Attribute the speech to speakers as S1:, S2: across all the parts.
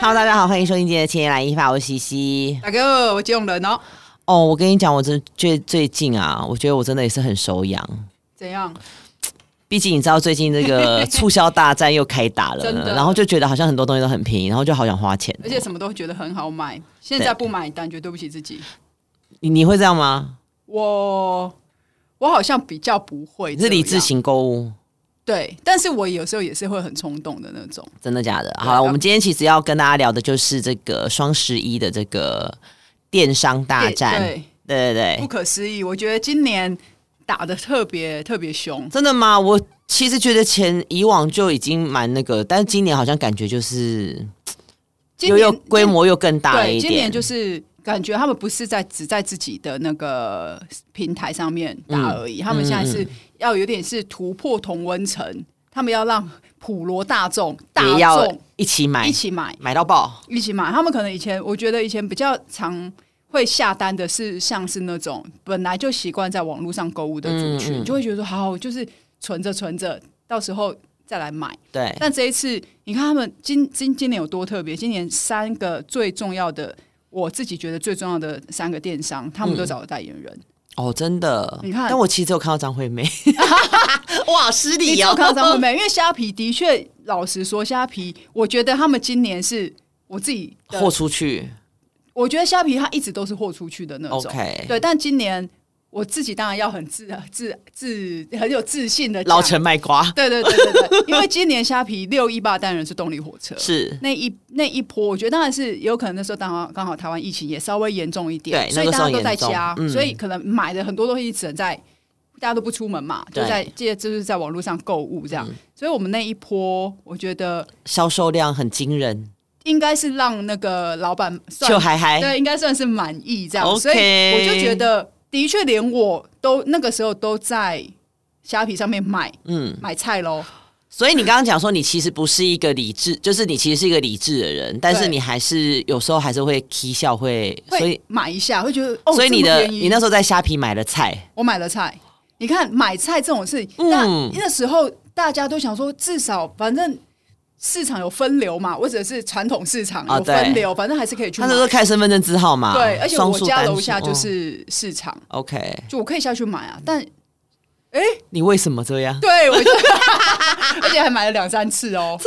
S1: Hello，大家好，欢迎收听今天的《千年来一发》，我是西西。
S2: 大哥，我用人哦，
S1: 哦，我跟你讲，我真最最近啊，我觉得我真的也是很手痒。
S2: 怎样？
S1: 毕竟你知道，最近这 个促销大战又开打了
S2: 真
S1: 呢，
S2: 的
S1: 然后就觉得好像很多东西都很便宜，然后就好想花钱。
S2: 而且什么都觉得很好买，现在不买单，觉得对不起自己。
S1: 你你会这样吗？
S2: 我我好像比较不会，
S1: 你是理智。型购物，
S2: 对，但是我有时候也是会很冲动的那种。
S1: 真的假的？
S2: 啊
S1: 好了，我们今天其实要跟大家聊的就是这个双十一的这个电商大战。
S2: 对，
S1: 对对
S2: 对
S1: 对
S2: 不，可思议。我觉得今年打的特别特别凶，
S1: 真的吗？我其实觉得前以往就已经蛮那个，但是今年好像感觉就是
S2: 今
S1: 又
S2: 年
S1: 又规模又更大了
S2: 对，
S1: 一
S2: 今
S1: 点
S2: 年。就是感觉他们不是在只在自己的那个平台上面
S1: 嗯
S2: 打而已，他们现在是要有点是突破同温层，他们要让普罗大众、大
S1: 也要
S2: 众
S1: 一起买，
S2: 一起买，
S1: 买到爆。
S2: 一起买。他们可能以前，我觉得以前比较常。会下单的是像是那种本来就习惯在网络上购物的族群，
S1: 嗯嗯
S2: 就会觉得说好，就是存着存着，到时候再来买。
S1: 对，
S2: 但这一次，你看他们今今今年有多特别？今年三个最重要的，我自己觉得最重要的三个电商，他们都找了代言人。
S1: 哦，真的。
S2: 你看
S1: 但我其实只有看到张惠 妹，哇，失
S2: 你
S1: 礼
S2: 只
S1: 哦
S2: 有。看到张惠妹，因为虾皮的确，老实说，虾皮，我觉得他们今年是我自己的
S1: 豁出去
S2: 我觉得虾皮它一直都是豁出去的那种。
S1: ，OK。
S2: 对，但今年我自己当然要很自自自很有自信的
S1: 老陈卖瓜
S2: 对对对对对，因为今年虾皮六一八当然是动力火车，
S1: 是
S2: 那一那一波，我觉得当然是有可能那时候刚好刚好台湾疫情也稍微严重一点，
S1: 对
S2: 所以
S1: 那个时候
S2: 大家都在
S1: 严重
S2: 家，
S1: 嗯
S2: 所以可能买的很多东西只能在大家都不出门嘛，就
S1: 对嗯
S2: 在借就是在网络上购物这样，所以我们那一波，我觉得
S1: 销售量很惊人，
S2: 应该是让那个老板算
S1: 就还还
S2: 对，应该算是满意这样
S1: 哎 OK
S2: 所以我就觉得的确连我都那个时候都在虾皮上面买
S1: 嗯。
S2: 买菜喽，
S1: 所以你刚刚讲说，你其实不是一个理智，就是你其实是一个理智的人，但是
S2: 对
S1: 你还是有时候还是会 k 笑，会所以
S2: 会买一下，会觉得哦，
S1: 所以你
S2: 这么
S1: 的
S2: 便宜
S1: 你那时候在虾皮买了菜，
S2: 我买了菜。你看买菜这种事，
S1: 嗯
S2: 那、那时候大家都想说，至少反正市场有分流嘛，或者是传统市场
S1: 啊
S2: 有分流，反正还是可以去
S1: 他
S2: 买
S1: 那时。候开身份证字号嘛，
S2: 对，而且
S1: 双
S2: 我
S1: 数
S2: 家
S1: 单
S2: 楼
S1: 数
S2: 下就
S1: 嗯
S2: 是市场，
S1: OK。
S2: 就我可以下去买啊。但
S1: 你为什么这样？
S2: 对我就，而且还买了两三次哦，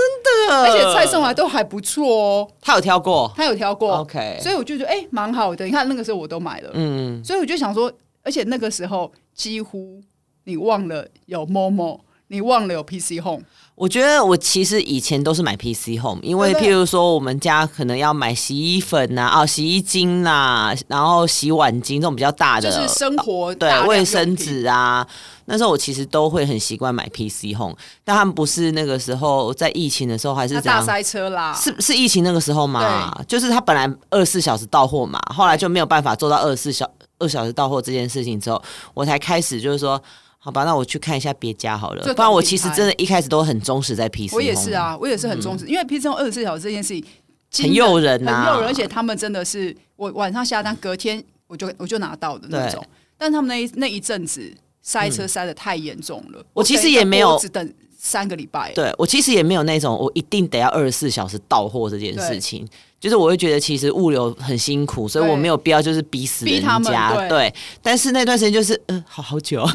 S2: 而且菜送来都还不错哦。
S1: 他有挑过
S2: 他有挑过
S1: OK
S2: 所以我就觉得哎，蛮、好的。你看那个时候我都买了，
S1: 嗯，
S2: 所以我就想说，而且那个时候几乎你忘了有 Momo，你忘了有 PC Home，
S1: 我觉得我其实以前都是买 PC Home，因为
S2: 对
S1: 譬
S2: 对
S1: 如说我们家可能要买洗衣粉呐、啊、哦洗衣精呐、然后洗碗巾这种比较大的，
S2: 就是生活大
S1: 对
S2: 量用
S1: 卫
S2: 品
S1: 生。纸啊，那时候我其实都会很习惯买 PC Home，但他们不是那个时候在疫情的时候还是
S2: 那
S1: 怎
S2: 大
S1: 样？
S2: 塞车啦，
S1: 是是疫情那个时候嘛，就是他本来二十四小时到货嘛，后来就没有办法做到二十四小二小时到货这件事情之后，我才开始就是说，好吧，那我去看一下别家好
S2: 这
S1: 了，
S2: 种
S1: 不然我其实
S2: 品牌
S1: 真的一开始都很忠实在 PC。
S2: 我也是，啊，我也是很重视，因为 PC Home 二十四小时这件事情
S1: 嗯很诱人啊
S2: 很诱人，而且他们真的是我晚上下单，隔天我就我就拿到的那
S1: 对嗯
S2: 种。但他们那一那一阵子塞车塞的太严重了，
S1: 我其实
S2: 等一
S1: 也
S2: 个
S1: 没有
S2: 锅只等三个礼拜，
S1: 对我其实也没有那种我一定得要二十四小时到货这件事情，就是我会觉得其实物流很辛苦，所以
S2: 对
S1: 我没有必要就是逼死
S2: 逼
S1: 人
S2: 他们
S1: 家。
S2: 对
S1: 但是那段时间就是嗯、呃好好久哦，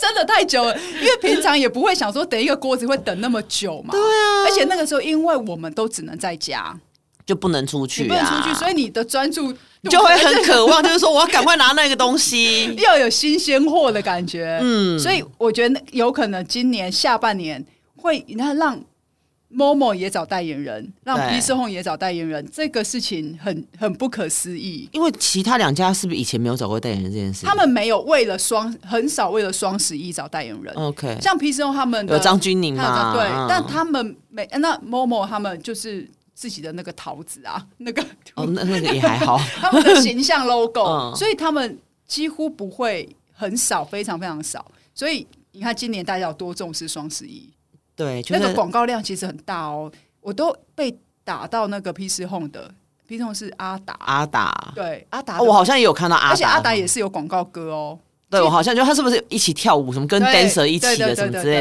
S2: 真的太久了，因为平常也不会想说等一个锅子会等那么久嘛。对啊，而且那个时候因为我们都只能在家，
S1: 就不能出
S2: 你
S1: 去
S2: 不能
S1: 啊，
S2: 出去，所以你的专注
S1: 你就会很渴望，就是说我要赶快拿那个东 西。
S2: 要有新鲜货的感觉。嗯，所以我觉得那有可能今年下半年会，你看让 Momo 也找代言人，让
S1: 对
S2: P 四 Home 也找代言人，这个事情很很不可思议。
S1: 因为其他两家是不是以前没有找过代言人这件事？
S2: 他们没有为了双很少为了双十一找代言人，
S1: OK
S2: 像 P 四 Home 他们的
S1: 哦有张钧甯嘛？
S2: 对，
S1: 嗯
S2: 但他们没那 Momo 他们就是自己的那个桃子啊，那个
S1: 哦，那那个也还 好。
S2: 他们的形象 logo，、
S1: 嗯
S2: 所以他们几乎不会很少，非常非常少。所以你看，今年大家有多重视双十一，
S1: 对，就
S2: 那
S1: 是
S2: 个广告量其实很大哦。我都被打到那个 P 四 Home 的，P 四 Home 是阿达，
S1: 阿达，
S2: 对阿达
S1: 哦
S2: 的、
S1: 我好像也有看到阿达，
S2: 而且阿达也是有广告歌哦，
S1: 对我好像就他是不是一起跳舞什么跟
S2: 对
S1: dancer 一起的
S2: 对对
S1: 什么
S2: 对
S1: 之类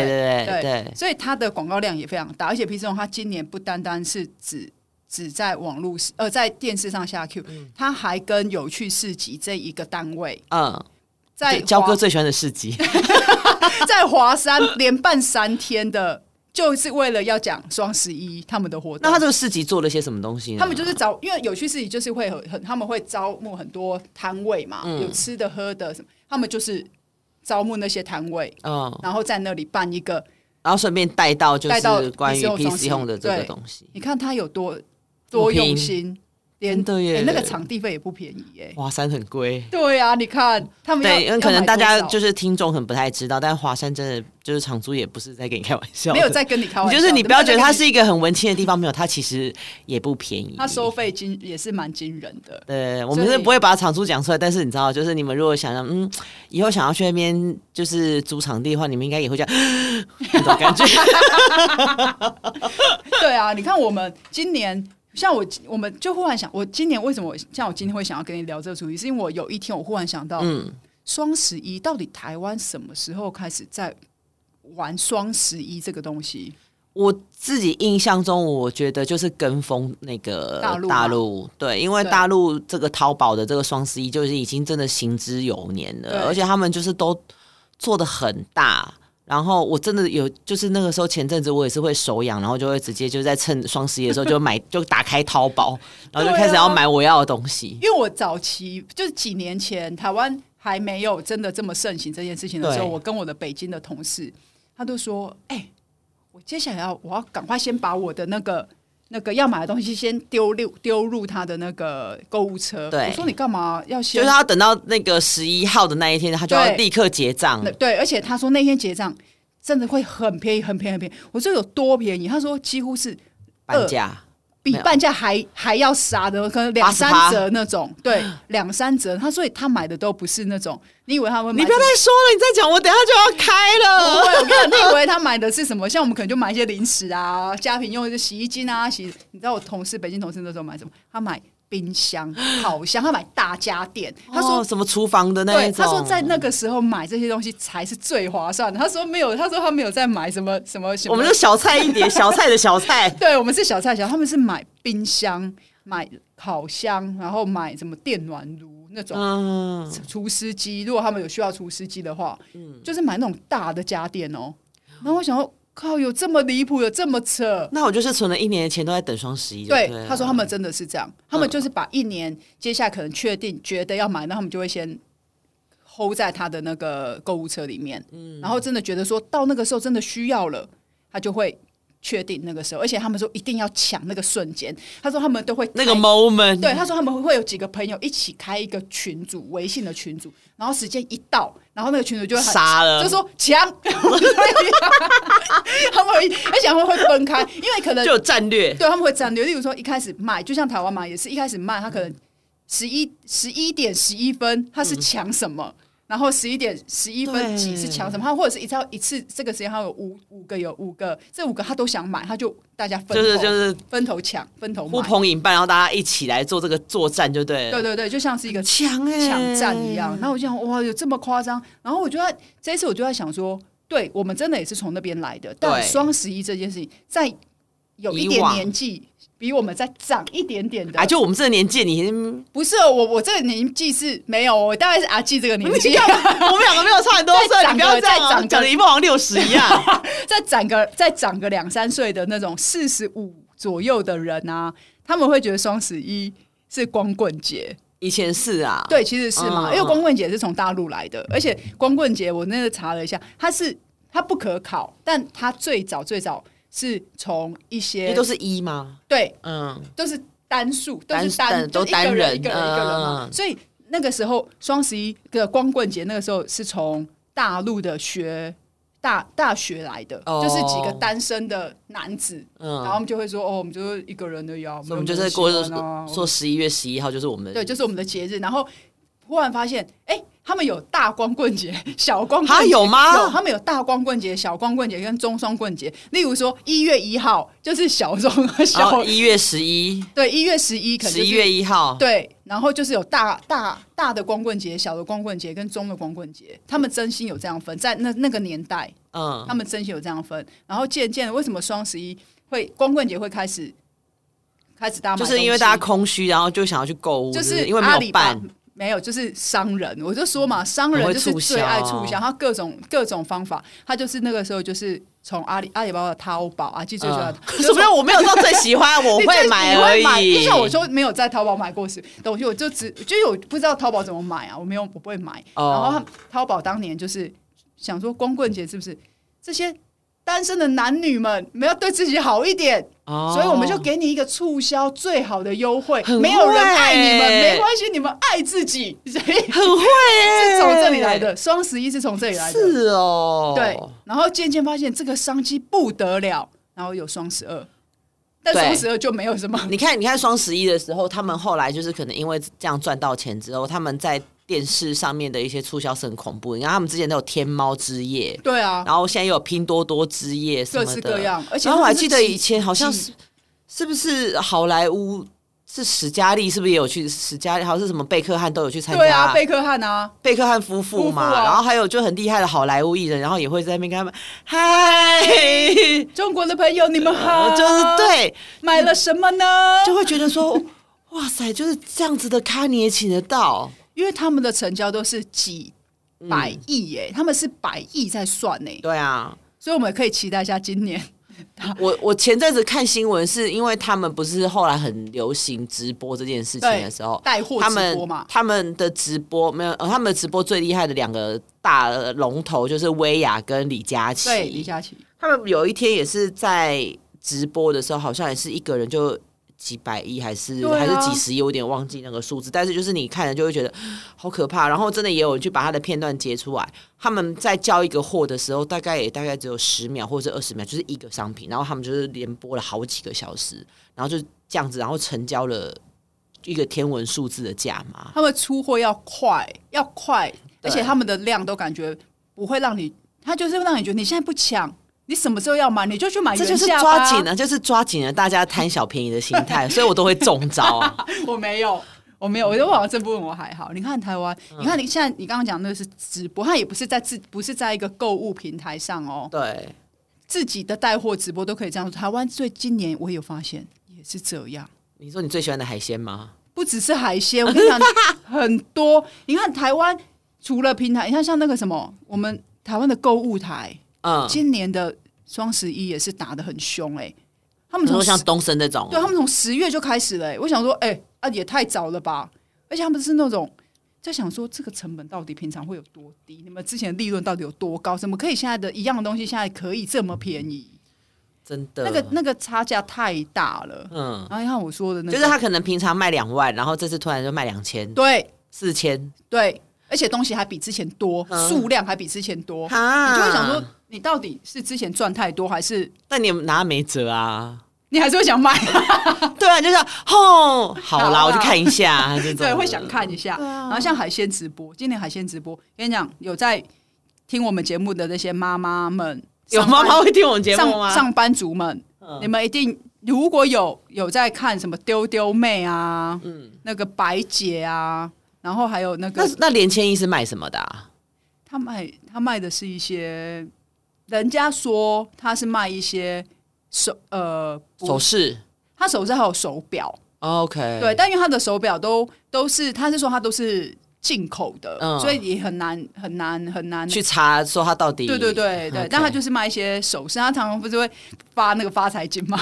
S1: 的？
S2: 对
S1: 对对
S2: 所以它的广告量也非常大。而且 P 四 Home 它今年不单单是指只在网络呃在电视上下 Q，、他还跟有趣市集这一个单位
S1: 嗯，
S2: 在
S1: 对焦
S2: 华
S1: 哥最喜欢的市集，
S2: 在华山连办三天的，就是为了要讲双十一他们的活动。
S1: 那他这个市集做了些什么东西呢？
S2: 他们就是找，因为有趣事情就是会很很，他们会招募很多摊位嘛，
S1: 嗯
S2: 有吃的喝的什么，他们就是招募那些摊位，
S1: 嗯，
S2: 然后在那里办一个。
S1: 然后顺便带到就
S2: 带到
S1: 是关于
S2: PC
S1: PC
S2: Home
S1: Home 的这个
S2: 对
S1: 东西。
S2: 你看他有多多用心，连
S1: 真的耶
S2: 连那个场地费也不便宜耶。
S1: 华山很贵，
S2: 对啊，你看他们要
S1: 对，因为可能大
S2: 要买
S1: 家
S2: 多少
S1: 就是听众可能不太知道，但华山真的就是场租也不是在给你开玩笑的，
S2: 没有在跟你开玩
S1: 你
S2: 笑，
S1: 就是你不要觉得它
S2: 他
S1: 是一个很文青的地方，没有，它其实也不便宜。
S2: 他收费金也是蛮惊人的。
S1: 对，我们
S2: 所以
S1: 是不会把场租讲出来，但是你知道，就是你们如果想要，嗯，以后想要去那边就是租场地的话，你们应该也会这样， 那种感觉。
S2: 对啊，你看我们今年，像我，我们就忽然想，我今年为什么像我今天会想要跟你聊这个主题，是因为我有一天我忽然想到，嗯，双十一到底台湾什么时候开始在玩双十一这个东西？
S1: 我自己印象中，我觉得就是跟风那个
S2: 大陆嘛
S1: 大陆，对，因为
S2: 对
S1: 大陆这个淘宝的这个双十一就是已经真的行之有年
S2: 对
S1: 了，而且他们就是都做的很大。然后我真的有，就是那个时候前阵子我也是会手痒，然后就会直接就在趁双十一的时候就买，就打开淘 宝，然后就
S2: 啊
S1: 开始要买我要的东西。
S2: 因为我早期就是几年前台湾还没有真的这么盛行这件事情的时候，
S1: 对
S2: 我跟我的北京的同事，他都说：“哎、我接下来要我要赶快先把我的那个那个要买的东西先丢入丢入他的那个购物车。”
S1: 对
S2: 我说：“你干嘛要
S1: 就
S2: 先
S1: 是？”他等到那个十一号的那一天，他就要
S2: 对
S1: 立刻结账。
S2: 对，而且他说那呃天结账真的会很便宜，很便宜，很便宜。我说有多便宜？他说几乎是
S1: 半价，
S2: 比
S1: 没有
S2: 半价还还要杀的，可能两三
S1: 88
S2: 折那种，对，两三折。他所以他买的都不是那种，你以为他会买？
S1: 你不要再说了，你再讲，我等一下就要开了。
S2: 不会，我跟你讲，你以为他买的是什么？像我们可能就买一些零食啊， 家庭用的洗衣精啊，洗。你知道我同事北京同事那时候买什么？他买冰箱、烤箱，他买大家电。他说
S1: 哦什么厨房的那
S2: 对，
S1: 一种，
S2: 他说在那个时候买这些东西才是最划算的。他说没有，他说他没有在买什么什么什么。
S1: 我们就小菜一 碟，小菜的小菜。
S2: 对，我们是小菜小，他们是买冰箱、买烤箱，然后买什么电暖炉那种
S1: 嗯，
S2: 厨师机。如果他们有需要厨师机的话，就是买那种大的家电哦。然后我想说，靠，有这么离谱，有这么扯？
S1: 那我就是存了一年的钱都在等双十一。
S2: 对
S1: 对，，啊嗯
S2: 他说他。们真的是这样，他们就是把一年接下来可能确定觉得要买，那他们就会先 hold 在他的那个购物车里面，
S1: 嗯
S2: 然后真的觉得说到那个时候真的需要了，他就会确定那个时候，而且他们说一定要抢那个瞬间，他说他们都会
S1: 那个
S2: 开
S1: moment，
S2: 对，，他说他们会有几个朋友一起开一个群组，微信的群组，然后时间一到，然后那个群组就会很
S1: 杀了
S2: 就说抢，他们会，而且他们会分开，因为可能
S1: 就有战略。
S2: 对，他们会战略。例如说，一开始卖，就像台湾嘛，也是一开始卖，他可能十一十一点十一分，他是抢什么？然后十一点十一分
S1: 对
S2: 几是抢什么？他或者是一次一次这个时间，他有五五个有五个，这五个他都想买，他就大家分头
S1: 就是就是
S2: 分头抢，分头
S1: 呼
S2: 买。
S1: 朋引伴，然后大家一起来做这个作战，就对了。
S2: 对对对，就像是一个
S1: 强哎，
S2: 抢占一样。然后我就想，哇，有这么夸张？然后我就在这一次，我就在想说，对我们真的也是从那边来的。但
S1: 对
S2: 双十一这件事情，在有一
S1: 以
S2: 点
S1: 往
S2: 年纪比我们再长一点点的，
S1: 啊！就我们这个年纪，你 我
S2: 不是哦我，我这个年纪是没有，我大概是阿纪这个年纪，
S1: 们两个没有差很多
S2: 再
S1: 岁，
S2: 长
S1: 你不要
S2: 个
S1: 这样
S2: 再
S1: 啊
S2: 长个
S1: 讲的一副好像六十一 样。
S2: 再长个再长个两三岁的那种四十五左右的人啊，他们会觉得双十一是光棍节，
S1: 以前是啊，
S2: 对，其实是嘛，
S1: 嗯
S2: 因为光棍节是从大陆来的，而且光棍节我那个查了一下，它是它不可考，但它最早最早是从一
S1: 因为
S2: 些
S1: 都是一嘛，
S2: 对
S1: 嗯，
S2: 都是单数，都
S1: 单
S2: 是单，
S1: 单都
S2: 就是一个
S1: 单人
S2: 一个人一个人嘛。
S1: 嗯
S2: 所以那个时候双十一的光棍节，那个时候是从大陆的学大大学来的，
S1: 哦
S2: 就是几个单身的男子，
S1: 嗯
S2: 然后我们就会说哦，我们就是一个人的呀，
S1: 所以我们
S2: 就
S1: 就是在过
S2: 啊，
S1: 说十一月十一号就是我们
S2: 对，就是我们的节日。然后忽然发现，哎、他们有大光棍节、 小光棍
S1: 啊
S2: 节，
S1: 有吗
S2: 有，他们有大光棍节、小光棍节跟中双棍节。例如说，一月一号就是小中
S1: 然
S2: 小
S1: 后哦一月十一，
S2: 对，一月十一可能就
S1: 十
S2: 是
S1: 一月一号，
S2: 对，然后就是有大大大的光棍节、小的光棍节跟中的光棍节，他们真心有这样分，在那那个年代，
S1: 嗯
S2: 他，们真心有这样分。然后渐渐的，为什么双十一会光棍节会开始？开始大家买
S1: 就是因为大家
S2: 东西
S1: 空虚，然后就想要去购物，
S2: 就是
S1: 因为没
S2: 阿
S1: 有
S2: 里巴
S1: 办，嗯
S2: 没有，就是商人，我就说嘛，商人
S1: 很会
S2: 就是
S1: 促销
S2: 最爱促销，他各种各种方法，他就是那个时候就是从阿里阿里巴巴、淘宝啊，记住就要，
S1: 嗯
S2: 就是
S1: 什么？我没有到最喜欢，我
S2: 你
S1: 会
S2: 最
S1: 买
S2: 你
S1: 而
S2: 会买
S1: 已。
S2: 就像我说没有在淘宝买过什么东西，我就只就是我不知道淘宝怎么买啊，我没有我不会买。
S1: 哦
S2: 然后他们淘宝当年就是想说光棍节是不是这些单身的男女们，我们要对自己好一点，
S1: 哦，
S2: 所以我们就给你一个促销最好的优惠
S1: 很，
S2: 没有人爱你们
S1: 会
S2: 没关系，你们爱自己， 所以
S1: 很会耶，
S2: 是从这里来的。双十一是从这里来的，
S1: 是哦，
S2: 对，然后渐渐发现这个商机不得了，然后有双十二，但
S1: 对
S2: 双十二就没有什么
S1: 你看，你看双十一的时候，他们后来就是可能因为这样赚到钱之后，他们在电视上面的一些促销是很恐怖。你看他们之前都有天猫之夜，
S2: 对啊，
S1: 然后现在又有拼多多之夜什
S2: 各
S1: 么的，
S2: 式各样，而且
S1: 然后我
S2: 他
S1: 还
S2: 们是
S1: 记得
S2: 几
S1: 以前好像是是不是好莱坞是史嘉丽，是不是也有去史嘉丽，好像是什么贝克汉都有去参加？
S2: 对啊，贝克汉啊，
S1: 贝克汉夫妇嘛，
S2: 夫妇啊
S1: 然后还有就很厉害的好莱坞艺人，然后也会在那边跟他们嗨。
S2: 中国的朋友你们好，
S1: 哦就是对，
S2: 买了什么呢？
S1: 就会觉得说，哇塞，就是这样子的咖你也请得到，嗯
S2: 因为他们的成交都是几百亿耶、他们是百亿在算呢、
S1: 对啊。
S2: 所以我们可以期待一下今年。
S1: 我我前阵子看新闻，是因为他们不是后来很流行直播这件事情的时候，
S2: 带货
S1: 他
S2: 直
S1: 们
S2: 播嘛，
S1: 他们的直播没有，呃他们的直播最厉害的两个大龙头就是薇娅跟李佳琦。
S2: 对，李佳琦，
S1: 他们有一天也是在直播的时候，好像也是一个人就几百亿，还是、
S2: 对啊
S1: 还是几十亿，我有点忘记那个数字。但是就是你看了就会觉得好可怕。然后真的也有人去把他的片段截出来，他们在交一个货的时候，大概也大概只有十秒或者二十秒，就是一个商品。然后他们就是连播了好几个小时，然后就这样子，然后成交了一个天文数字的价码。
S2: 他们出货要快，要快，
S1: 对
S2: 而且他们的量都感觉不会让你，他就是让你觉得你现在不抢，你什么时候要买你就去买
S1: 这
S2: 原
S1: 就是
S2: 价吧。
S1: 抓紧了，就是抓紧了大家贪小便宜的心态，所以我都会中招啊。
S2: 我没有，我没有，我觉得好像这部分我还好。你看台湾，你
S1: 嗯
S2: 看你现在你刚刚讲的是直播，它也不是在自不是在一个购物平台上哦，
S1: 对，
S2: 自己的带货直播都可以这样。台湾最今年我有发现也是这样。
S1: 你说你最喜欢的海鲜吗？
S2: 不只是海鲜，我 跟你讲，很多。你看台湾除了平台，你看像那个什么，我们台湾的购物台，
S1: 嗯，
S2: 今年的双十一也是打得很凶哎、他
S1: 你
S2: 们从
S1: 说嗯像
S2: 十
S1: 东升这种，啊
S2: 对啊他们从十月就开始了、欸，我想说，哎、啊也太早了吧！而且他们是那种在想说，这个成本到底平常会有多低？你们之前利润到底有多高？怎么可以现在的一样的东西现在可以这么便宜？
S1: 真的
S2: 那个那个差价太大了。
S1: 嗯，
S2: 然后像我说的那
S1: 就
S2: 个，
S1: 是他可能平常卖两万，然后这次突然就卖两千、
S2: 对
S1: 四千，
S2: 对，而且东西还比之前多，
S1: 嗯
S2: 数量还比之前多，哦你
S1: 哈
S2: 就会想说，，你到底是之前赚太多，还是
S1: 但你拿没辙 啊？
S2: 你还是会想买？
S1: 对啊，就是吼，好
S2: 好
S1: 啦，
S2: 啦
S1: 我去看一 下，啊这种
S2: 对，会想看一下。
S1: 啊
S2: 然后像海鲜直播，今年海鲜直播，跟你讲，有在听我们节目的那些妈妈们，
S1: 有
S2: 上班
S1: 妈妈会听我们节目
S2: 上
S1: 吗？嗯
S2: 上班族们，你们一定如果有有在看什么丢丢妹啊，嗯，那个白姐啊，然后还有那
S1: 那
S2: 个
S1: 那连千亿是卖什么的啊？
S2: 他卖他卖的是一些，人家说他是卖一些手呃不
S1: 首饰
S2: 他手上还有手表，
S1: ，OK，
S2: 对，，但因为他的手表都都是，他是说他都是进口的，
S1: 嗯
S2: 所以也很难很难很难。
S1: 去查说他到底
S2: 对对对对
S1: OK
S2: 但他就是卖一些首饰，他常常不是会发那个发财金吗？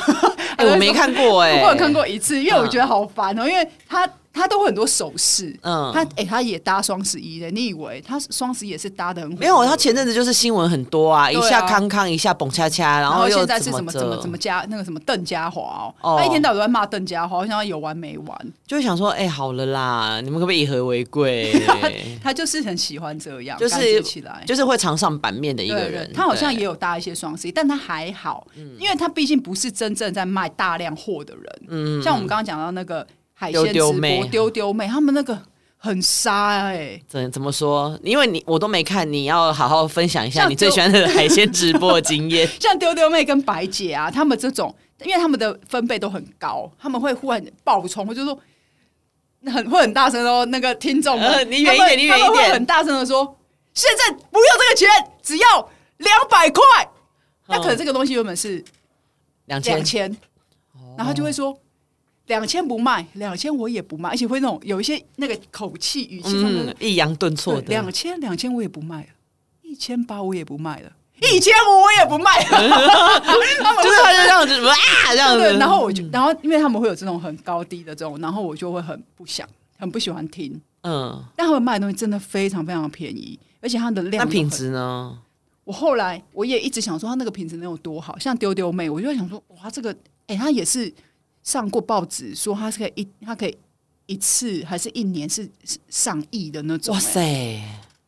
S1: 哎，我没看过哎，
S2: 我有看，过一次，因为我
S1: 嗯
S2: 觉得好烦哦、因为他他都会很多首饰，
S1: 嗯
S2: 他哎、他也搭双十一的，你以为他双十一也是搭的很火
S1: 没有，他前阵子就是新闻很多啊，一
S2: 对啊
S1: 下康康，一下蹦恰恰，然
S2: 然
S1: 后又
S2: 现在是什么
S1: 么
S2: 怎么怎
S1: 么
S2: 么加那个什么邓家华哦，
S1: 哦
S2: 他一天到晚都在骂邓家华，我想他有完没完？
S1: 就会想说，哎、好了啦，你们可不可以以和为 贵？
S2: 他就是很喜欢这样，
S1: 就是
S2: 感觉起来
S1: 就是会常上版面的一个
S2: 对
S1: 人，
S2: 他好像
S1: 对嗯
S2: 也有搭一些双十一，但他还好，因为他毕竟不是真正在卖大量货的人。嗯，像我们刚刚讲到那个海鲜直
S1: 丢丢
S2: 播
S1: 妹
S2: 丢丢妹，他们那个很杀哎、
S1: 怎怎么说？因为你我都没看，你要好好分享一下
S2: 像
S1: 你最喜欢的海鲜直播经验
S2: 像丢丢妹跟白姐啊，他们这种，因为他们的分贝都很高，他们会忽然爆冲，或者说很会很大声哦，那个听众们、
S1: 呃你远一点
S2: 他们
S1: 你远一点
S2: 他们会很大声的说，现在不用这个钱，只要两百块。
S1: 哦
S2: 那可能这个东西原本是
S1: 两千哦
S2: 两千，然后他就会说：“两千不卖，两千我也不卖，而且会那种有一些那个口气语气上面
S1: 嗯，抑扬顿挫
S2: 对，
S1: 的，
S2: 两千两千我也不卖了，一千八我也不卖了，一千五我也不卖 了。他们
S1: 就是他就这样子哇这样嗯
S2: 对
S1: 子，
S2: 对，然后我就，然后因为他们会有这种很高低的这种，然后我就会很不想，很不喜欢听。
S1: 嗯，
S2: 但他们卖的东西真的非常非常便宜，而且它的量
S1: 那
S2: 又很
S1: 品。质呢？
S2: 我后来我也一直想说，它那个品质能有多好？像丢丢妹，我就在想说，哇，这个哎、它也是上过报纸，说它是可以一，它可以一次还是一年是是上亿的那种、
S1: 哇
S2: 哎
S1: 塞，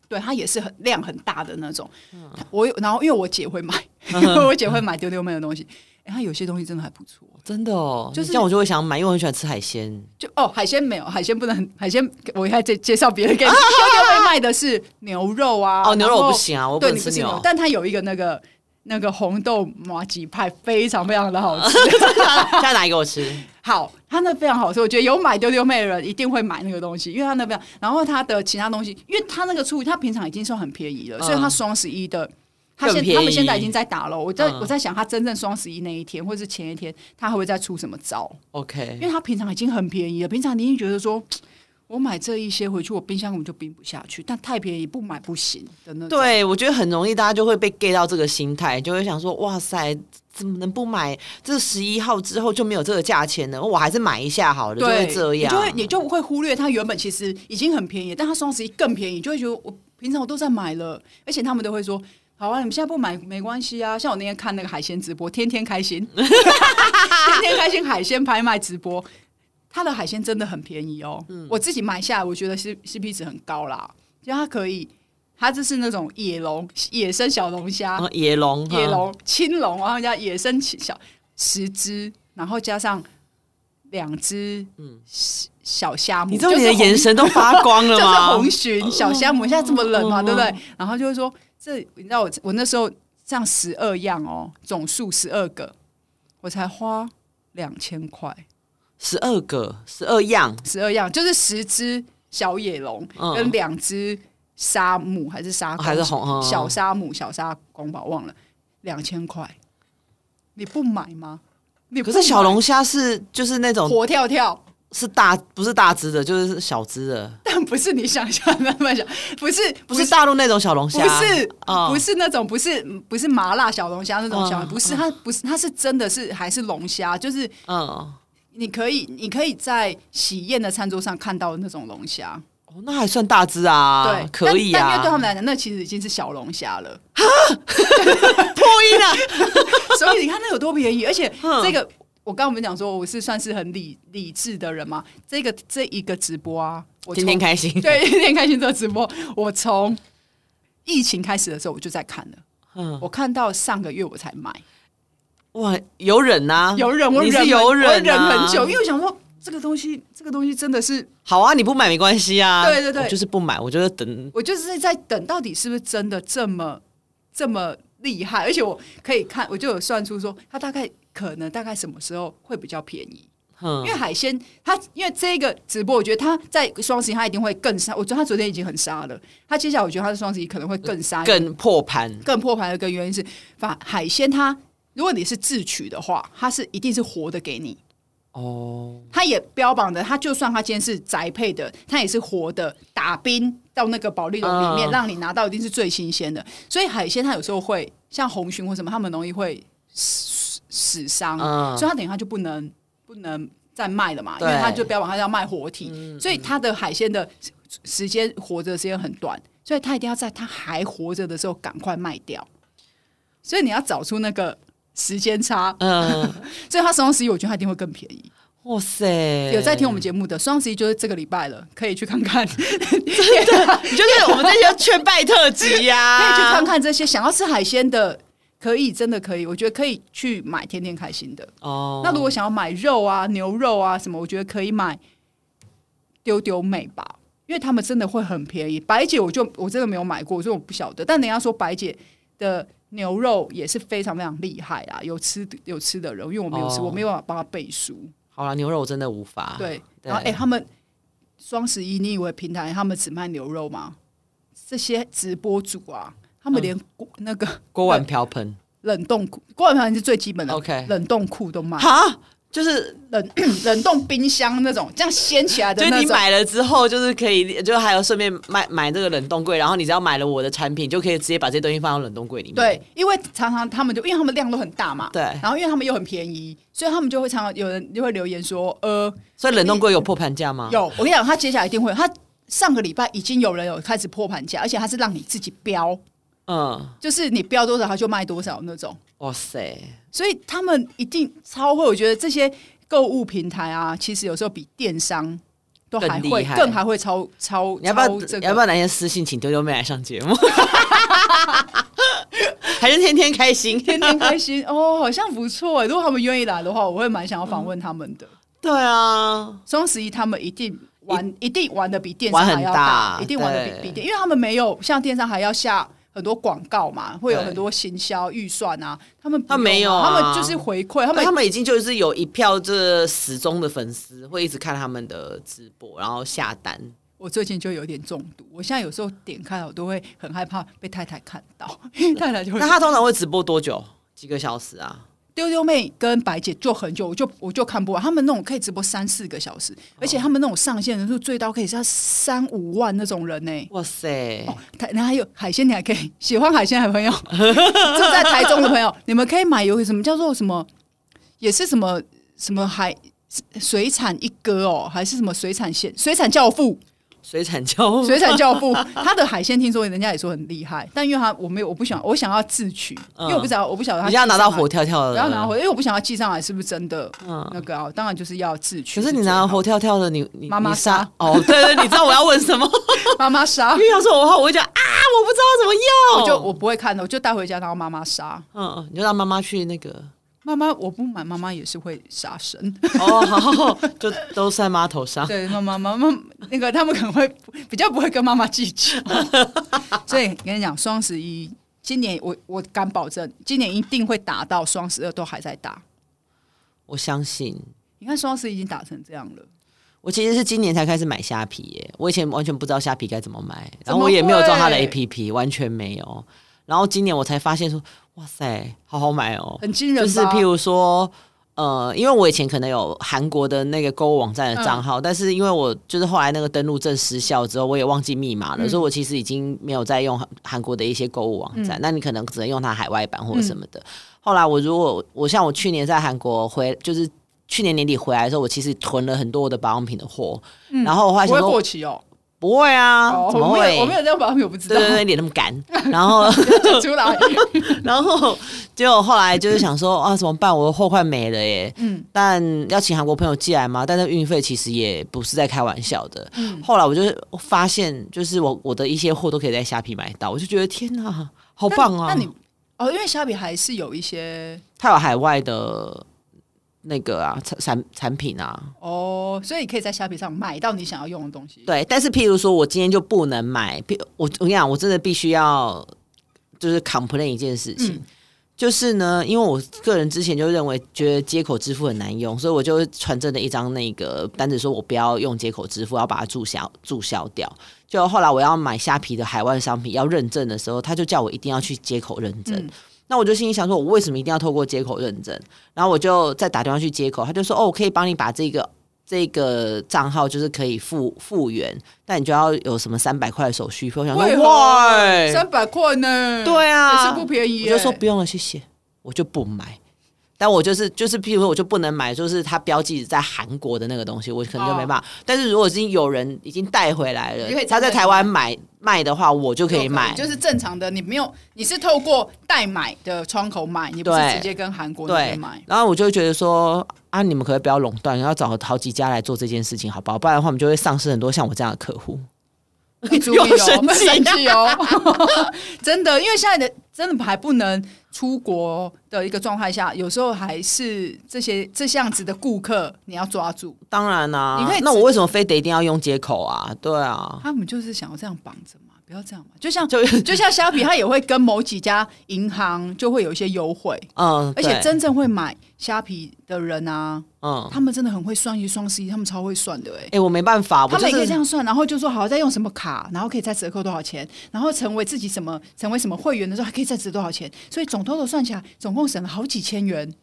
S2: 对，它也是很量很大的那种。
S1: 嗯
S2: 我有然后因为我 姐会买，因为我姐会买丢丢妹的东西，哎、它有些东西真的还不错。
S1: 真的哦，
S2: 就是
S1: 你这样我就会想买，因为我很喜欢吃海鲜。
S2: 就哦，海鲜没有，海鲜不能，海鲜我还介介绍别 的给你。丢丢妹卖的是牛肉啊，
S1: 哦，牛肉
S2: 然后
S1: 我不行啊，我不
S2: 对
S1: 能
S2: 你不哦
S1: 吃
S2: 是牛
S1: 牛，。
S2: 但它有一个那个那个红豆麻吉派非常非常 的好吃，
S1: 现在拿给我吃，
S2: 好，它那非常好吃，我觉得有买丢丢妹的人一定会买那个东西，因为它那边，然后它的其他东西，因为它那个处理，它平常已经算很便宜了，
S1: 嗯
S2: 所以它双十一的。它现
S1: 更便宜
S2: 他们现在已经在打了，我在、
S1: 嗯
S2: 我在想，它真正双十一那一天，或是前一天，它还会再出什么招？因
S1: OK，
S2: 为它平常已经很便宜了，平常你已经觉得说，我买这一些回去，我冰箱我就冰不下去，但太便宜不买不行的那种。
S1: 对我觉得很容易，大家就会被 get 到这个心态，就会想说，哇塞，怎么能不买？这十一号之后就没有这个价钱呢？我还是买一下好了，就
S2: 对，
S1: 会这
S2: 你就
S1: 样
S2: 会。你就会忽略它原本其实已经很便宜，但它双十一更便宜，就会觉得我平常我都在买了，而且他们都会说。好啊，你们现在不买没关系啊。像我那天看那个海鲜直播，天天开心， 天天开心海鲜拍卖直播，它的海鲜真的很便宜哦。
S1: 嗯
S2: 我自己买下来，我觉得 C C P 值很高啦，就它可以，它这是那种野龙、野生小龙虾
S1: 然、后野龙，
S2: 野
S1: 哈
S2: 龙、青龙，然后加野生青小十只，然后加上两只嗯小虾母。
S1: 你知道你的眼神都发光
S2: 就
S1: 了
S2: 是
S1: 吗？哦
S2: 红就是红鲟、小虾母，现在这么冷嘛，
S1: 嗯
S2: 对不对？然后就会说这，你知道我我那时候这样十二样哦，总数十二个，我才花两千块，
S1: 十二个，十二样，
S2: 十二样就是十只小野龙
S1: 嗯
S2: 跟两只沙母还是沙
S1: 哦
S2: 狗
S1: 还是红嗯
S2: 小沙母、小沙公吧，忘了两千块，你不买吗？你不
S1: 可是小
S2: 买
S1: 龙虾是就是那种
S2: 活跳跳，
S1: 是大不是大只的，就是小只的，
S2: 但不是你想象的那么小，不是
S1: 不
S2: 不
S1: 是
S2: 是
S1: 大陆那种小龙虾，
S2: 不是、
S1: 哦
S2: 不是那种不是不是麻辣小龙虾那种小，
S1: 嗯
S2: 不是它不是它是真的是还是龙虾，就是
S1: 嗯，
S2: 你可以你可以在喜宴的餐桌上看到的那种龙虾。
S1: 哦那还算大只啊，
S2: 对，
S1: 可以
S2: 但但因为对他
S1: 啊，
S2: 们来讲，那其实已经是小龙虾了，
S1: 破音啊，
S2: 所以你看那有多便宜。而且
S1: 嗯
S2: 这个，我刚刚我们讲说，我是算是很理理智的人嘛。这个这一个直播啊， 我
S1: 天
S2: 从
S1: 天开心，
S2: 对 天天开心这个直播，我从疫情开始的时候我就在看了，
S1: 嗯，
S2: 我看到上个月我才买，
S1: 哇，有忍呐，
S2: 有忍我
S1: 啊你
S2: 忍
S1: 是
S2: 很
S1: 有忍啊，
S2: 我忍很久，因为我想说这个东西，这个东西真的是
S1: 好啊，你不买没关系啊，
S2: 对对对
S1: 我就是不买，我就是等，
S2: 我就是在等，到底是不是真的这么这么厉害？而且我可以看，我就有算出说，它大概可能大概什么时候会比较便宜？
S1: 嗯
S2: 因为，海鲜，它因为这个直播，我觉得它在双十一它一定会更杀。我觉得它昨天已经很杀了，它接下来我觉得它的双十一可能会更杀，
S1: 更破盘，
S2: 更破盘的一个原因是，把海鲜它如果你是自取的话，它是一定是活的给你。
S1: 哦，
S2: 它也标榜的，它就算它今天是宅配的，它也是活的，打冰到那个保利龙里面，
S1: 嗯
S2: 让你拿到一定是最新鲜的。所以海鲜它有时候会像红鲟或什么，它们容易会死死伤，
S1: 嗯
S2: 所以它等一下就不能不能再卖了嘛，因
S1: 对嗯
S2: 为它就标榜它要卖活体，所以它的海鲜的时时间活着的时间很短，所以它一定要在它还活着的时候赶快卖掉。所以你要找出那个时间差，
S1: 嗯，
S2: 所以它双十一我觉得它一定会更便宜。
S1: 哇塞，
S2: 有在听我们节目的双十一就是这个礼拜了，可以去看看，可以去
S1: 你就是我们这些劝败特辑啊 呀、
S2: 看看这些想要吃海鲜的，可以真的可以，我觉得可以去买天天开心的。
S1: 哦。
S2: 那如果想要买肉啊、牛肉啊什么，我觉得可以买丢丢美吧，因为他们真的会很便宜。白姐我就我真的没有买过，所以我不晓得。但人家说白姐的牛肉也是非常非常厉害啊，有吃有吃的人，因为我没有吃，
S1: 哦
S2: 我没有办法帮他背书。
S1: 好了，牛肉我真的无法。
S2: 对，然后哎、他们双十一，你以为平台他们只卖牛肉吗？这些直播主啊，他们连
S1: 嗯
S2: 锅、那个
S1: 锅碗瓢盆
S2: 冷冻库，锅碗瓢盆是最基本的
S1: OK
S2: 冷冻库都卖。
S1: 哈，就是
S2: 冷冷冻冰箱那种，这样掀起来的
S1: 就是
S2: 那
S1: 你
S2: 种。
S1: 买了之后，就是可以，就还有顺便买买这个冷冻柜，然后你只要买了我的产品，就可以直接把这些东西放到冷冻柜里面。
S2: 对，因为常常他们就因为他们量都很大嘛，
S1: 对
S2: 然后因为他们又很便宜，所以他们就会常常有人就会留言说，呃，
S1: 所以冷冻柜有破盘价吗？
S2: 有，我跟你讲，他接下来一定会有，他上个礼拜已经有人有开始破盘价，而且他是让你自己标，
S1: 嗯，
S2: 就是你标多少他就卖多少那种，
S1: 哇塞，
S2: 所以他们一定超会。我觉得这些购物平台啊，其实有时候比电商都还
S1: 更
S2: 会
S1: 厉害
S2: 更还会超超
S1: 你要不要、
S2: 超这个。
S1: 要不要哪天私信请丢丢妹来上节目？还是天天开心？
S2: 天天开心 哦，好像不错哎。如果他们愿意来的话，我会蛮想要访问他们的。
S1: 对啊，
S2: 双十一他们一定玩，一定玩的比电商
S1: 玩
S2: 还
S1: 很
S2: 要
S1: 大
S2: 一定玩的
S1: 对
S2: 比比电，因为他们没有像电商还要下很多广告嘛，会有
S1: 对
S2: 很多行销预算啊。他们不
S1: 他没
S2: 用
S1: 有
S2: 他
S1: 啊
S2: 们就是回馈，
S1: 他
S2: 他
S1: 们
S2: 们
S1: 他们已经就是有一票这死忠的粉丝会一直看他们的直播，然后下单。
S2: 我最近就有点中毒，我现在有时候点开我都会很害怕被太太看到，因为太太就会
S1: 那他通常会直播多久？几个小时啊？
S2: 丢丢妹跟白姐就很久，我就我就看不完。他们那种可以直播三四个小时，
S1: 哦
S2: 而且他们那种上线人数最高可以是三五万那种人呢、
S1: 哇塞！
S2: 哦，台然后还有海鲜，你还可以喜欢海鲜的 朋友，住在台中的朋友，你们可以买有什么叫做什么，也是什么什么海水产一哥哦，还是什么水产鲜水产教父，
S1: 水产教
S2: 水产教父，他的海鲜听说人家也说很厉害，但因为他我没有我不想我想要自取，因为我不知道我不晓得他
S1: 嗯你要拿到活
S2: 寄上
S1: 跳跳的，
S2: 来，我要拿回，因为我不想要寄上来是不是真的那个啊，当然就是要自啊取。
S1: 嗯可是你拿到活跳跳的，你你
S2: 妈妈
S1: 你杀
S2: 杀
S1: 哦，对对，你知道我要问什么？
S2: 妈妈 杀
S1: 因，为要说我的话，我会觉得啊，我不知道
S2: 我
S1: 怎么
S2: 就
S1: 用，
S2: 我不会看的，我就带回家然后妈妈杀。
S1: 嗯，嗯你就让妈妈去那个
S2: 妈妈，我不买，妈妈也是会杀生。
S1: 哦，好好好， 就都在妈头上。
S2: 对，妈妈，妈妈，那个他们可能会比较不会跟妈妈计较。 所以跟你讲，双十一今年我我敢保证，今年一定会打到双十二都还在打。
S1: 我相信，
S2: 你看双十一已经打成这样了，
S1: 我其实是今年才开始买虾皮耶，我以前完全不知道虾皮该怎么买，
S2: 怎
S1: 然
S2: 么
S1: 后我也没有装它的
S2: 会
S1: APP，完全没有。然后今年我才发现说，哇塞，好好买哦，
S2: 很惊人
S1: 就
S2: 吧。
S1: 是譬如说，呃，因为我以前可能有韩国的那个购物网站的账
S2: 嗯
S1: 号，但是因为我就是后来那个登录证失效之后，我也忘记密码
S2: 嗯
S1: 了，所以我其实已经没有再用韩韩国的一些购物网
S2: 嗯
S1: 站。那你可能只能用它海外版或者什么的。后来我如果我像我去年在韩国回，就是去年年底回来的时候，我其实囤了很多我的保养品的货，然后我后来
S2: 嗯不
S1: 想
S2: 会
S1: 说
S2: 过期哦。
S1: 不会啊，
S2: 哦，
S1: 怎么
S2: 我没有，我
S1: 会
S2: 没？有这样保养品，我不知
S1: 对
S2: 道
S1: 对对，脸那么干， 然后。
S2: 讲出来。
S1: 然后结果后来就是想说啊，怎么办？我的货快没了耶。嗯，但要请韩国朋友寄来嘛，但是运费其实也不是在开玩笑的。嗯，后来我就发现，就是我我的一些货都可以在虾皮买到，我就觉得天哪，好棒啊！
S2: 那你哦，因为虾皮还是有一些
S1: 它有海外的那个啊产产产品啊，
S2: 哦，所以你可以在虾皮上买到你想要用的东西。
S1: 对，但是譬如说我今天就不能买，譬我我跟你讲，我真的必须要就是 complain 一件事情。就是呢，因为我个人之前就认为觉得接口支付很难用，所以我就传真的一张那个单子，说我不要用接口支付，要把它注销注销掉。就后来我要买虾皮的海外商品要认证的时候，他就叫我一定要去接口认证。
S2: 嗯
S1: 那我就心里想说，我为什么一定要透过接口认证？然后我就再打电话去接口，他就说哦，我可以帮你把这个这个账号就是可以复复原，但你就要有什么三百块的手续费。我想
S2: 为
S1: 说，
S2: 何
S1: 哇，
S2: 三百块呢？
S1: 对啊
S2: 也是不便宜耶。
S1: 我就说不用了，谢谢，我就不买。但我就是就是，譬如说，我就不能买，就是它标记在韩国的那个东西，我可能就没
S2: 哦
S1: 办法。但是如果已经有人已经带回来
S2: 你可以
S1: 了，
S2: 直接
S1: 他在台湾买卖的话，我就可以买。
S2: 就是正常的，你没有，你是透过代买的窗口买，你不是
S1: 对
S2: 直接跟韩国那
S1: 对
S2: 边买，。
S1: 然后我就会觉得说啊，你们可不可以不要垄断，要找好几家来做这件事情，好不好？不然的话，我们就会丧失很多像我这样的客户。
S2: 你注意
S1: 又
S2: 哦，
S1: 生
S2: 不要
S1: 气啊
S2: 生气哦， 真的，因为现在的真的还不能出国的一个状态下，有时候还是这些这样子的顾客你要抓住，
S1: 当然啦、
S2: 你可以
S1: 那
S2: 直
S1: 我为什么非得一定要用接口啊？对啊，
S2: 他们就是想要这样绑着嘛，不要这样嘛，就像就
S1: 就
S2: 像虾皮，它也会跟某几家银行就会有一些优惠，
S1: 嗯，
S2: 而且
S1: 对
S2: 真正会买虾皮的人啊，
S1: 嗯，
S2: 他们真的很会算一双十一，他们超会算的哎、
S1: 哎、我没办法，我
S2: 他
S1: 就
S2: 们也可以
S1: 是
S2: 这样算，然后就说好再用什么卡，然后可以再折扣多少钱，然后成为自己什么成为什么会员的时候还可以再折多少钱，所以总 total 算起来总共省了好几千元。
S1: 哇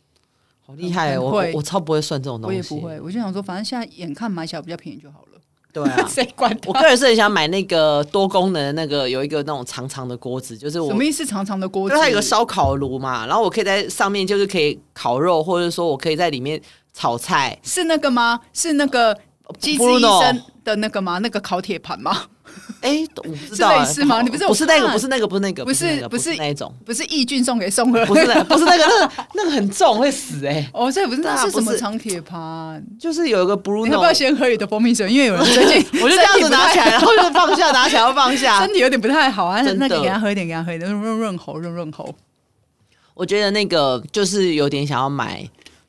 S1: 好厉害！哦
S2: 很
S1: 我
S2: 会
S1: 我我超不会算这种东
S2: 我
S1: 西，
S2: 也不会，我就想说，反正现在眼看买起来比较便宜就好了，，
S1: 对啊
S2: 谁管
S1: 我
S2: 它？
S1: 个人是很想买那个多功能的那个，有一个那种长长的锅子，就是我
S2: 什么意思？长长的锅
S1: 就
S2: 子，
S1: 是它有个烧烤炉嘛，然后我可以在上面就是可以烤肉，或者说我可以在里面炒菜。
S2: 是那个吗？是那个机智医
S1: Bruno
S2: 生的那个吗？那个烤铁盘吗？
S1: 哎，我不知道哎
S2: 是类似吗
S1: 好
S2: 你不是有
S1: 不是那个，
S2: 看
S1: 不是那个，不是那个，
S2: 不是
S1: 那个
S2: 不
S1: 不
S2: 是
S1: 那一种，
S2: 不是义俊送给宋儿，
S1: 不是那，不是那个，那个那个很重，会死哎。
S2: 哦，这也不是，
S1: 对啊
S2: 那是什
S1: 不
S2: 么
S1: 是
S2: 长铁盘？
S1: 就是有一个
S2: 你要不要
S1: Bruno，
S2: 先喝你的蜂蜜水？因为有人最近
S1: 我就这样
S2: 身体
S1: 子
S2: 不太
S1: 拿起来，然后就放下，拿起来又放下
S2: 身。体有点不太好啊，
S1: 真的
S2: 那个给他喝一点，给他喝一点，润润喉，润润喉。
S1: 我觉得那个就是有点想要买，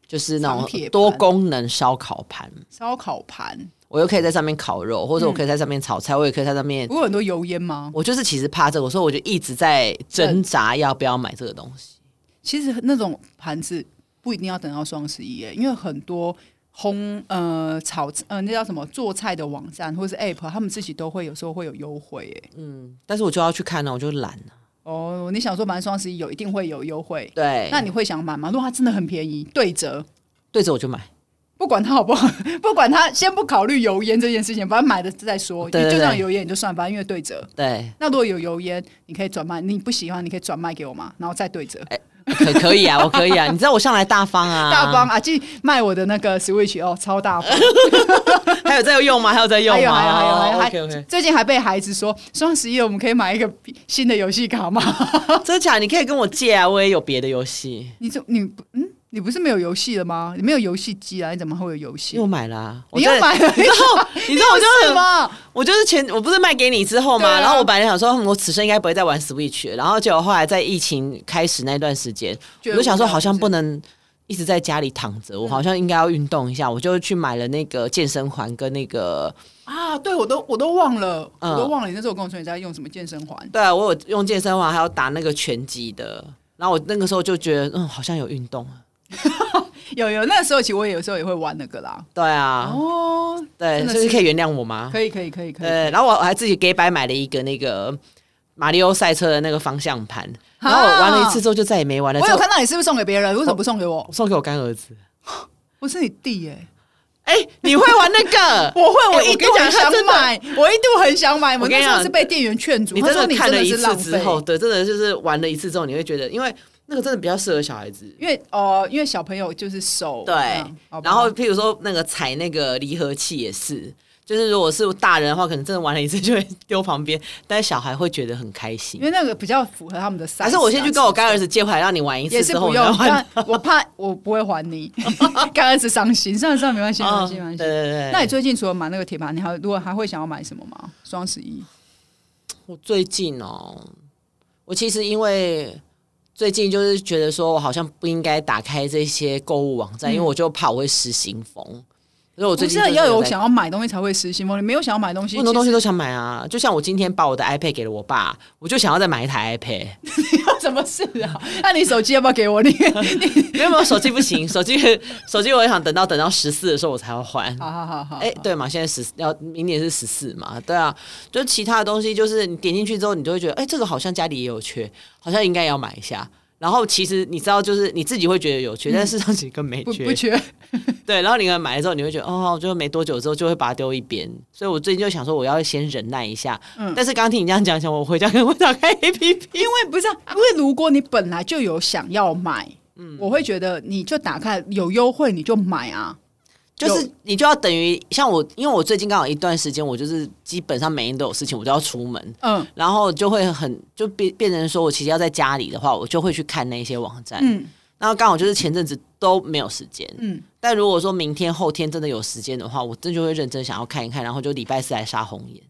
S1: 就是那
S2: 长铁
S1: 种多
S2: 盘
S1: 功能烧烤盘。
S2: 烧烤盘，
S1: 我又可以在上面烤肉，
S2: 嗯
S1: 或者我可以在上面炒菜，我也可以在上面。
S2: 不过有很多油烟吗？
S1: 我就是其实怕这个，所以我就一直在挣扎要不要买这个东西。
S2: 其实那种盘子不一定要等到双十一耶，因为很多烘呃炒呃那叫什么做菜的网站或是 App，他们自己都会有时候会有优惠耶。
S1: 但是我就要去看了，啊我就懒了。
S2: 哦，你想说反正双十一有一定会有优惠，
S1: 对，
S2: 那你会想买吗？如果它真的很便宜，对折。
S1: 对着我就买。
S2: 不管它好不好， 不管它，先不考虑油烟这件事情，反正买的再说。
S1: 对对
S2: 就
S1: 对
S2: 算有油烟你就算，反正因为对折。
S1: 对，
S2: 那如果有油烟，你可以转卖，你不喜欢你可以转卖给我嘛，然后再对折。
S1: 哎可可以啊，我可以 啊。你知道我向来大方啊，
S2: 大方啊，即卖我的那个 Switch 哦，超大 方。
S1: 还有在用吗？还有在用
S2: 还
S1: 吗？哦
S2: 有还有还有还有还
S1: OK OK，
S2: 最近还被孩子说双十一我们可以买一个新的游戏卡吗？
S1: 真假？你可以跟我借啊，我也有别的游戏，
S2: 你怎你不嗯，你不是没有游戏了吗？你没有游戏机啊？你怎么会有游
S1: 因为
S2: 戏？
S1: 我买了、啊。我
S2: 你又
S1: 真的
S2: 买了一套，
S1: 你知道我就
S2: 又
S1: 很
S2: 是吗？
S1: 我就是前我不是卖给你之后嘛，
S2: 对啊
S1: 然后我本来想说，嗯我此生应该不会再玩 Switch，了然后结果后来在疫情开始那段时间，
S2: 觉
S1: 我
S2: 得
S1: 就想说
S2: 无聊
S1: 好像
S2: 是不
S1: 不
S2: 是
S1: 能一直在家里躺着，我好像应该要运动一
S2: 嗯
S1: 下，我就去买了那个健身环跟那个，
S2: 啊，对我都我都忘了，
S1: 嗯
S2: 我都忘了你那时候跟我说你在用什么健身环。
S1: 对啊，我有用健身环，还有打那个拳击的，然后我那个时候就觉得，嗯，好像有运动啊，
S2: 有有，那时候其实我也有时候也会玩那个啦。
S1: 对啊，
S2: 哦，
S1: 对，
S2: 真的
S1: 所以
S2: 是
S1: 可以原谅我吗？
S2: 可以可以可以可以。
S1: 对，然后我还自己给白买了一个那个马里奥赛车的那个方向盘，然后我玩了一次之后就再也没玩了，
S2: 我
S1: 之
S2: 有
S1: 后
S2: 看到你是不是送给别人？为什么不送给我？
S1: 送给我干儿子。
S2: 我是你弟耶、
S1: 哎、你会玩那个？
S2: 我会，
S1: 哎
S2: 我
S1: 我
S2: 一度
S1: 跟你讲
S2: 很想
S1: 他真的
S2: 买，我一度很想买。我
S1: 我跟
S2: 那
S1: 你
S2: 时
S1: 讲
S2: 候是被店员劝阻，
S1: 你
S2: 他
S1: 真
S2: 说
S1: 的
S2: 你
S1: 看了
S2: 的
S1: 一
S2: 是
S1: 次
S2: 浪
S1: 之
S2: 费。
S1: 后，对，真的就是玩了一次之后，你会觉得，因为那个真的比较适合小孩子。
S2: 因为哦，因为小朋友就是手
S1: 对
S2: 嗯好吧
S1: 然后譬如说那个踩那个离合器也是，就是如果是大人的话，可能真的玩了一次就会丢旁边，但是小孩会觉得很开
S2: 因
S1: 心。
S2: 为那个比较符合他们的 size 啊。
S1: 还是我先去跟我干儿子借回来，让你玩一
S2: 也
S1: 次
S2: 是
S1: 之后我
S2: 不
S1: 再
S2: 用，
S1: 玩。
S2: 但我怕我不会还 你，干儿子伤心。算了算了，没关系，没关系，没关
S1: 嗯对
S2: 系。
S1: 对对。
S2: 那你最近除了买那个铁盘，你还如果还会想要买什么吗？双十一
S1: 我最近哦，我其实因为最近就是觉得说我好像不应该打开这些购物网
S2: 嗯
S1: 站，因为我就怕我会失心疯。所以我
S2: 不
S1: 最
S2: 是
S1: 近就是
S2: 要有
S1: 在
S2: 想要买东西才会失心疯，你没有想要买东西，
S1: 很多
S2: 其
S1: 东
S2: 实
S1: 西都想买啊，就像我今天把我的 iPad 给了我爸，我就想要再买一台 iPad。
S2: 什么事啊？ 那你手机要不要 给我？你
S1: 没有没有，手机不行，手机手机我也想等到等到十四的时候我才要换。
S2: 好好好好，
S1: 哎、对嘛，现在十要明年是十四嘛，对啊，就其他的东西，就是你点进去之后，你就会觉得，哎、这个好像家里也有缺，好像应该要买一下。然后其实你知道，就是你自己会觉得有缺，但事实上其实根本没
S2: 嗯不
S1: 缺。
S2: 不缺，
S1: 对，然后你可能买了之后，你会觉得哦，就没多久之后就会把它丢一边。所以我最近就想说，我要先忍耐一下。
S2: 嗯
S1: 但是刚刚听你这样讲，想我回家可能会打开 A P P。
S2: 因为不是、啊，因为如果你本来就有想要买，
S1: 嗯
S2: 我会觉得你就打开有优惠你就买啊。
S1: 就是你就要等于像我，因为我最近刚好一段时间，我就是基本上每天都有事情，我就要出门，
S2: 嗯
S1: 然后就会很就变变成说我其实要在家里的话，我就会去看那些网站。
S2: 嗯
S1: 然后刚好就是前阵子都没有时间，
S2: 嗯，
S1: 但如果说明天后天真的有时间的话，我真就会认真想要看一看，然后就礼拜四来杀红眼。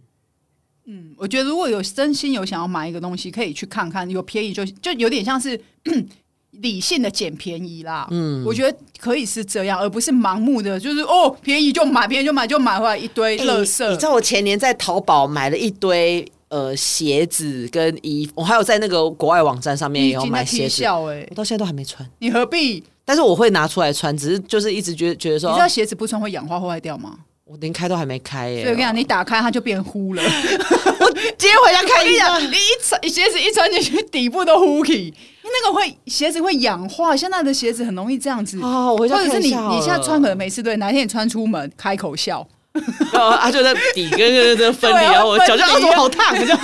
S2: 嗯，我觉得如果有真心有想要买一个东西，可以去看看，有便宜就就有点像是 理性的捡便宜啦。嗯，我觉得可以是这样，而不是盲目的，就是哦便宜就买，便宜就买，就买回来一堆
S1: 欸
S2: 哎垃
S1: 你你知
S2: 圾。
S1: 道我前年在淘宝买了一堆呃鞋子跟衣服，我还有在那个国外网站上面
S2: 你
S1: 也
S2: 已
S1: 有
S2: 经
S1: 买
S2: 在
S1: 鞋
S2: 踢
S1: 子，
S2: 笑哎、
S1: 我到现在都还没穿。
S2: 你何必？
S1: 但是我会拿出来穿，只是就是一直觉得觉得说，哦
S2: 你知道鞋子不穿会氧化会坏掉吗？
S1: 我连开都还没开耶、
S2: 所以我跟你讲，你打开它就变糊 了。
S1: 我今天回家
S2: 我
S1: 看
S2: 跟
S1: 一
S2: 你
S1: 下
S2: 讲，，你一穿鞋子一穿进去，底部都 hooky，那那个会鞋子会氧化，现在的鞋子很容易这样子。
S1: 哦，我回
S2: 或
S1: 家
S2: 者是
S1: 看一
S2: 你
S1: 下好了
S2: 你现在穿可能没事，对，哪一天你穿 出门开口笑，
S1: 然后他就在底跟跟跟分离，
S2: 对啊
S1: 然后我
S2: 分
S1: 脚就
S2: 离
S1: 啊怎么好烫，这样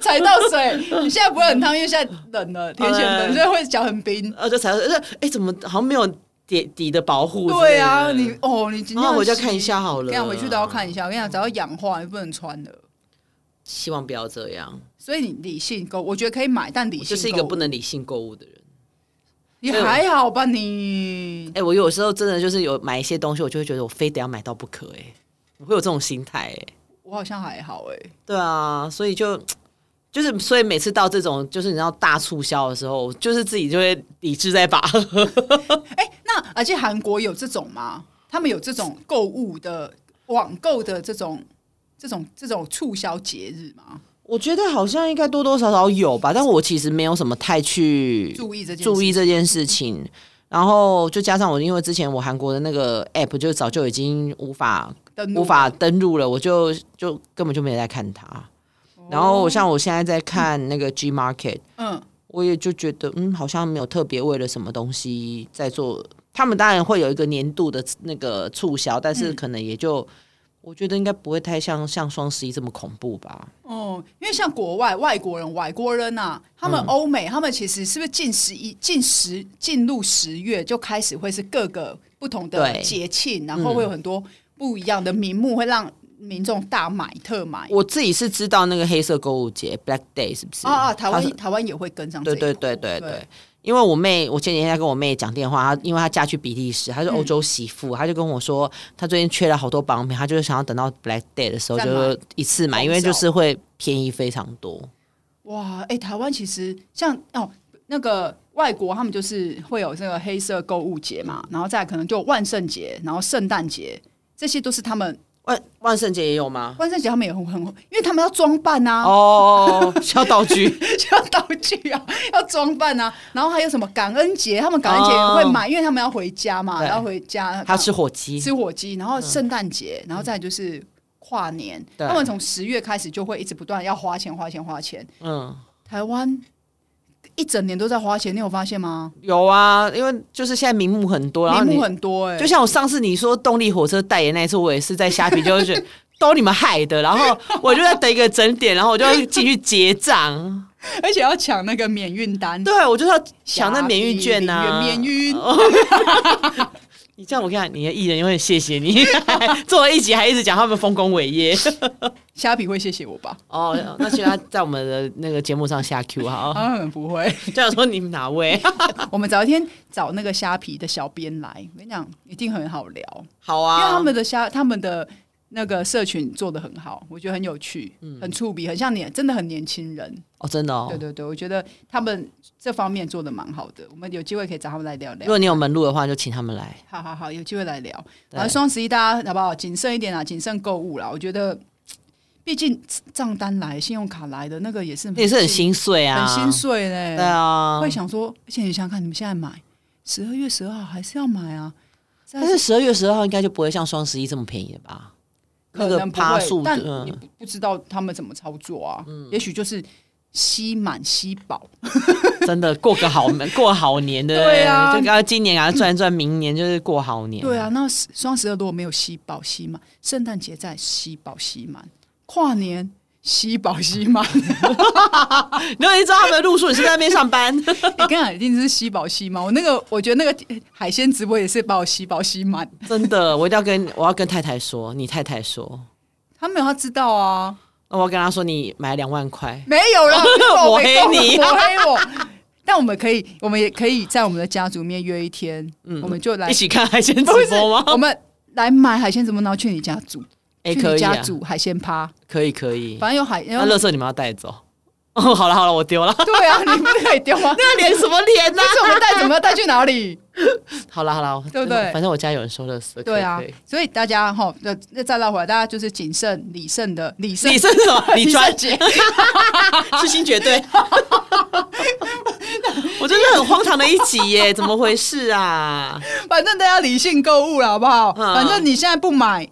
S2: 踩到水，你现在不会很烫，因为现在冷了，天气很冷，
S1: 对
S2: 所以会脚很冰。
S1: 然后就踩到，呃哎怎么好像没有底底的保护之类的？
S2: 对啊，你哦，你今天
S1: 啊
S2: 要
S1: 我就
S2: 洗
S1: 看一下好了
S2: 我跟你讲回去都要看一下。我跟你讲，只要氧化，你不能穿的。
S1: 希望不要这样，
S2: 所以你理性购，我觉得可以买，但理
S1: 我
S2: 性
S1: 就是一个
S2: 购物
S1: 不，能理性购物的人。
S2: 你还好吧你
S1: 哎、？我有时候真的就是有买一些东西，我就会觉得我非得要买到不可、哎，我会有这种心态、哎，
S2: 我好像还好哎、
S1: 对啊，所以就就是所以每次到这种就是你知道大促销的时候，就是自己就会理智在把，
S2: 哎、那而且韩国有这种吗？他们有这种购物的网购的这种这种这种促销节日吗？
S1: 我觉得好像应该多多少少有吧，但我其实没有什么太去
S2: 注意这件事
S1: 注意这件事情。然后就加上我，因为之前我韩国的那个 app 就早就已经无法
S2: 登录
S1: 无法登录了，我就就根本就没在看它。
S2: 哦
S1: 然后我像我现在在看那个 G Market，
S2: 嗯，
S1: 我也就觉得嗯，好像没有特别为了什么东西在做。他们当然会有一个年度的那个促销，但
S2: 嗯
S1: 是可能也就、我觉得应该不会太像像双十一这么恐怖吧。
S2: 哦，因为像国外外国人、外国人呐、他
S1: 嗯
S2: 们欧美，他们其实是不是近十一、近十进入十月就开始会是各个不同的
S1: 对
S2: 节庆，然后会有很多不一样的名目，会让民众大买特买。
S1: 我自己是知道那个黑色购物节 （Black Day） 是不是？
S2: 啊啊，台
S1: 它
S2: 湾
S1: 是
S2: 台湾也会跟上这
S1: 对对
S2: 一波，
S1: 对对
S2: 对
S1: 对。因为我妹，我前几天在跟我妹讲电话，她因为她嫁去比利时，她是欧洲媳妇，她就跟我说，她最近缺了好多保养品，她就是想要等到 Black Day 的时候
S2: 再
S1: 就一次买，因为就是会便宜非常多。
S2: 哇，哎、台湾其实像哦，那个外国他们就是会有这个黑色购物节嘛，然后再来可能就万圣节，然后圣诞节，这些都是他们
S1: 万万圣节也有吗？
S2: 万圣节他们也很很，因为他们要装扮啊，
S1: 哦，需要道具
S2: 需要道具啊，要装扮啊，然后还有什么感恩节，他们感恩节也会买，因为他们要回家嘛，
S1: 哦对
S2: 然后回家呃
S1: 还要吃火鸡，
S2: 吃火鸡，然后圣诞节，然后再来就是跨年，
S1: 对
S2: 他们从十月开始就会一直不断要花钱花钱花钱，
S1: 嗯，
S2: 台湾一整年都在花钱，你有发现吗？
S1: 有啊，因为就是现在名目很多，然后
S2: 名
S1: 你
S2: 目很多哎、
S1: 就像我上次你说动力火车代言那一次，我也是在虾皮就会觉得 都你们害的，然后我就在等一个整点，然后我就要进去结账。
S2: 而且要抢那个免运单，
S1: 对，我就是要抢那免运券呐、啊。
S2: 免运。
S1: 你这样我跟你讲，你的艺人永远谢谢你， 做了一集还一直讲他们丰功伟业。
S2: 虾皮会谢谢我吧？
S1: 哦， 那其他在我们的那个节目上下 Q 哈，
S2: 他们啊不 会。
S1: 就想说你们哪位？
S2: 我们找一天找那个虾皮的小编来，我跟你讲，一定很好聊，
S1: 好
S2: 因
S1: 啊，
S2: 为他们的虾他们的。那个社群做的很好，我觉得很有趣，很触笔，很像年，真的很年轻人。
S1: 哦，真嗯的哦
S2: 对。对对，我觉得他们这方面做的蛮好的，我们有机会可以找他们来聊
S1: 如
S2: 聊。
S1: 果你有门路的话，就请他们来。
S2: 好好好，有机会来聊。
S1: 对
S2: 然后双十一大家好不好？谨慎一点啊，谨慎购物啦。我觉得，毕竟账单来、信用卡来的那个也是
S1: 也是很心碎啊，
S2: 很心碎嘞。
S1: 对啊
S2: 会。想说，而且你想想看，你们现在买十二月十二号还是要买啊？但
S1: 但是十二月十二号应该就不会像双十一这么便宜了吧？
S2: 可
S1: 那
S2: 能
S1: 个
S2: 不
S1: 趴
S2: 会，
S1: 数，
S2: 但
S1: 嗯
S2: 你不不知道他们怎么操作啊？也许就是吸满吸饱，
S1: 真的过个好过好年的，
S2: 对啊
S1: 就刚今年赶快赚一赚，明年就是过好年。
S2: 对啊。那十双十二如果没有吸饱吸满，圣诞节再吸饱吸满，跨年吸饱吸满，
S1: 然后你知道他们的路数，你是在那边上班，
S2: 你跟你讲一定是吸饱吸满。我那个我觉得那个海鲜直播也是把我吸饱吸满，
S1: 真的，我一定要跟我要跟太太说，你太太说，
S2: 他没有他知道啊，
S1: 那我要跟她说，你买两万块，
S2: 没有 啦，
S1: 抹
S2: 我
S1: 黑你
S2: 抹黑 我。但我们可以，我们也可以在我们的家族里面约一天，我们就来
S1: 一起看海嗯鲜直
S2: 不是
S1: 播吗？
S2: 我们来买海鲜，怎么然后去你家煮？
S1: 哎，
S2: 去
S1: 可
S2: 你
S1: 以
S2: 家
S1: 啊，哎
S2: 煮海鲜趴，
S1: 可以可以。
S2: 反正有海，
S1: 那
S2: 有
S1: 垃圾你们要带走。 哦，好了好了，我 丢了。。
S2: 对啊，你不可以丢啊
S1: 那脸什么脸呢
S2: 但是我们带怎么带去哪里？
S1: 好了好了，
S2: 啊对不对
S1: 反正我家有人收垃圾。可以
S2: 对啊
S1: 可以，
S2: 所以大家哈，那那再绕回来，大家就是谨慎、理慎的理慎
S1: 你。是什 么？你专
S2: 节，
S1: 痴心绝对。 我真的很荒唐的一集耶，怎么回事 啊？
S2: 反正大家理性购物了，好不好？
S1: 嗯
S2: 反正你现在不买，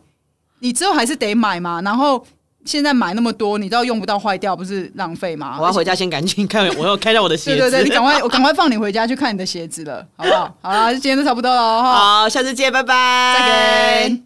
S2: 你之后还是得买嘛。然后现在买那么多，你知道用不到坏掉，不是浪费吗？
S1: 我要回家先赶紧看，我要看一下我的鞋
S2: 对
S1: 子。
S2: 对对，你赶快，我赶快放你回家去看你的鞋子了，好不好？好啦，今天都差不多了哈，
S1: 好，下次见，拜拜，
S2: 哦再见。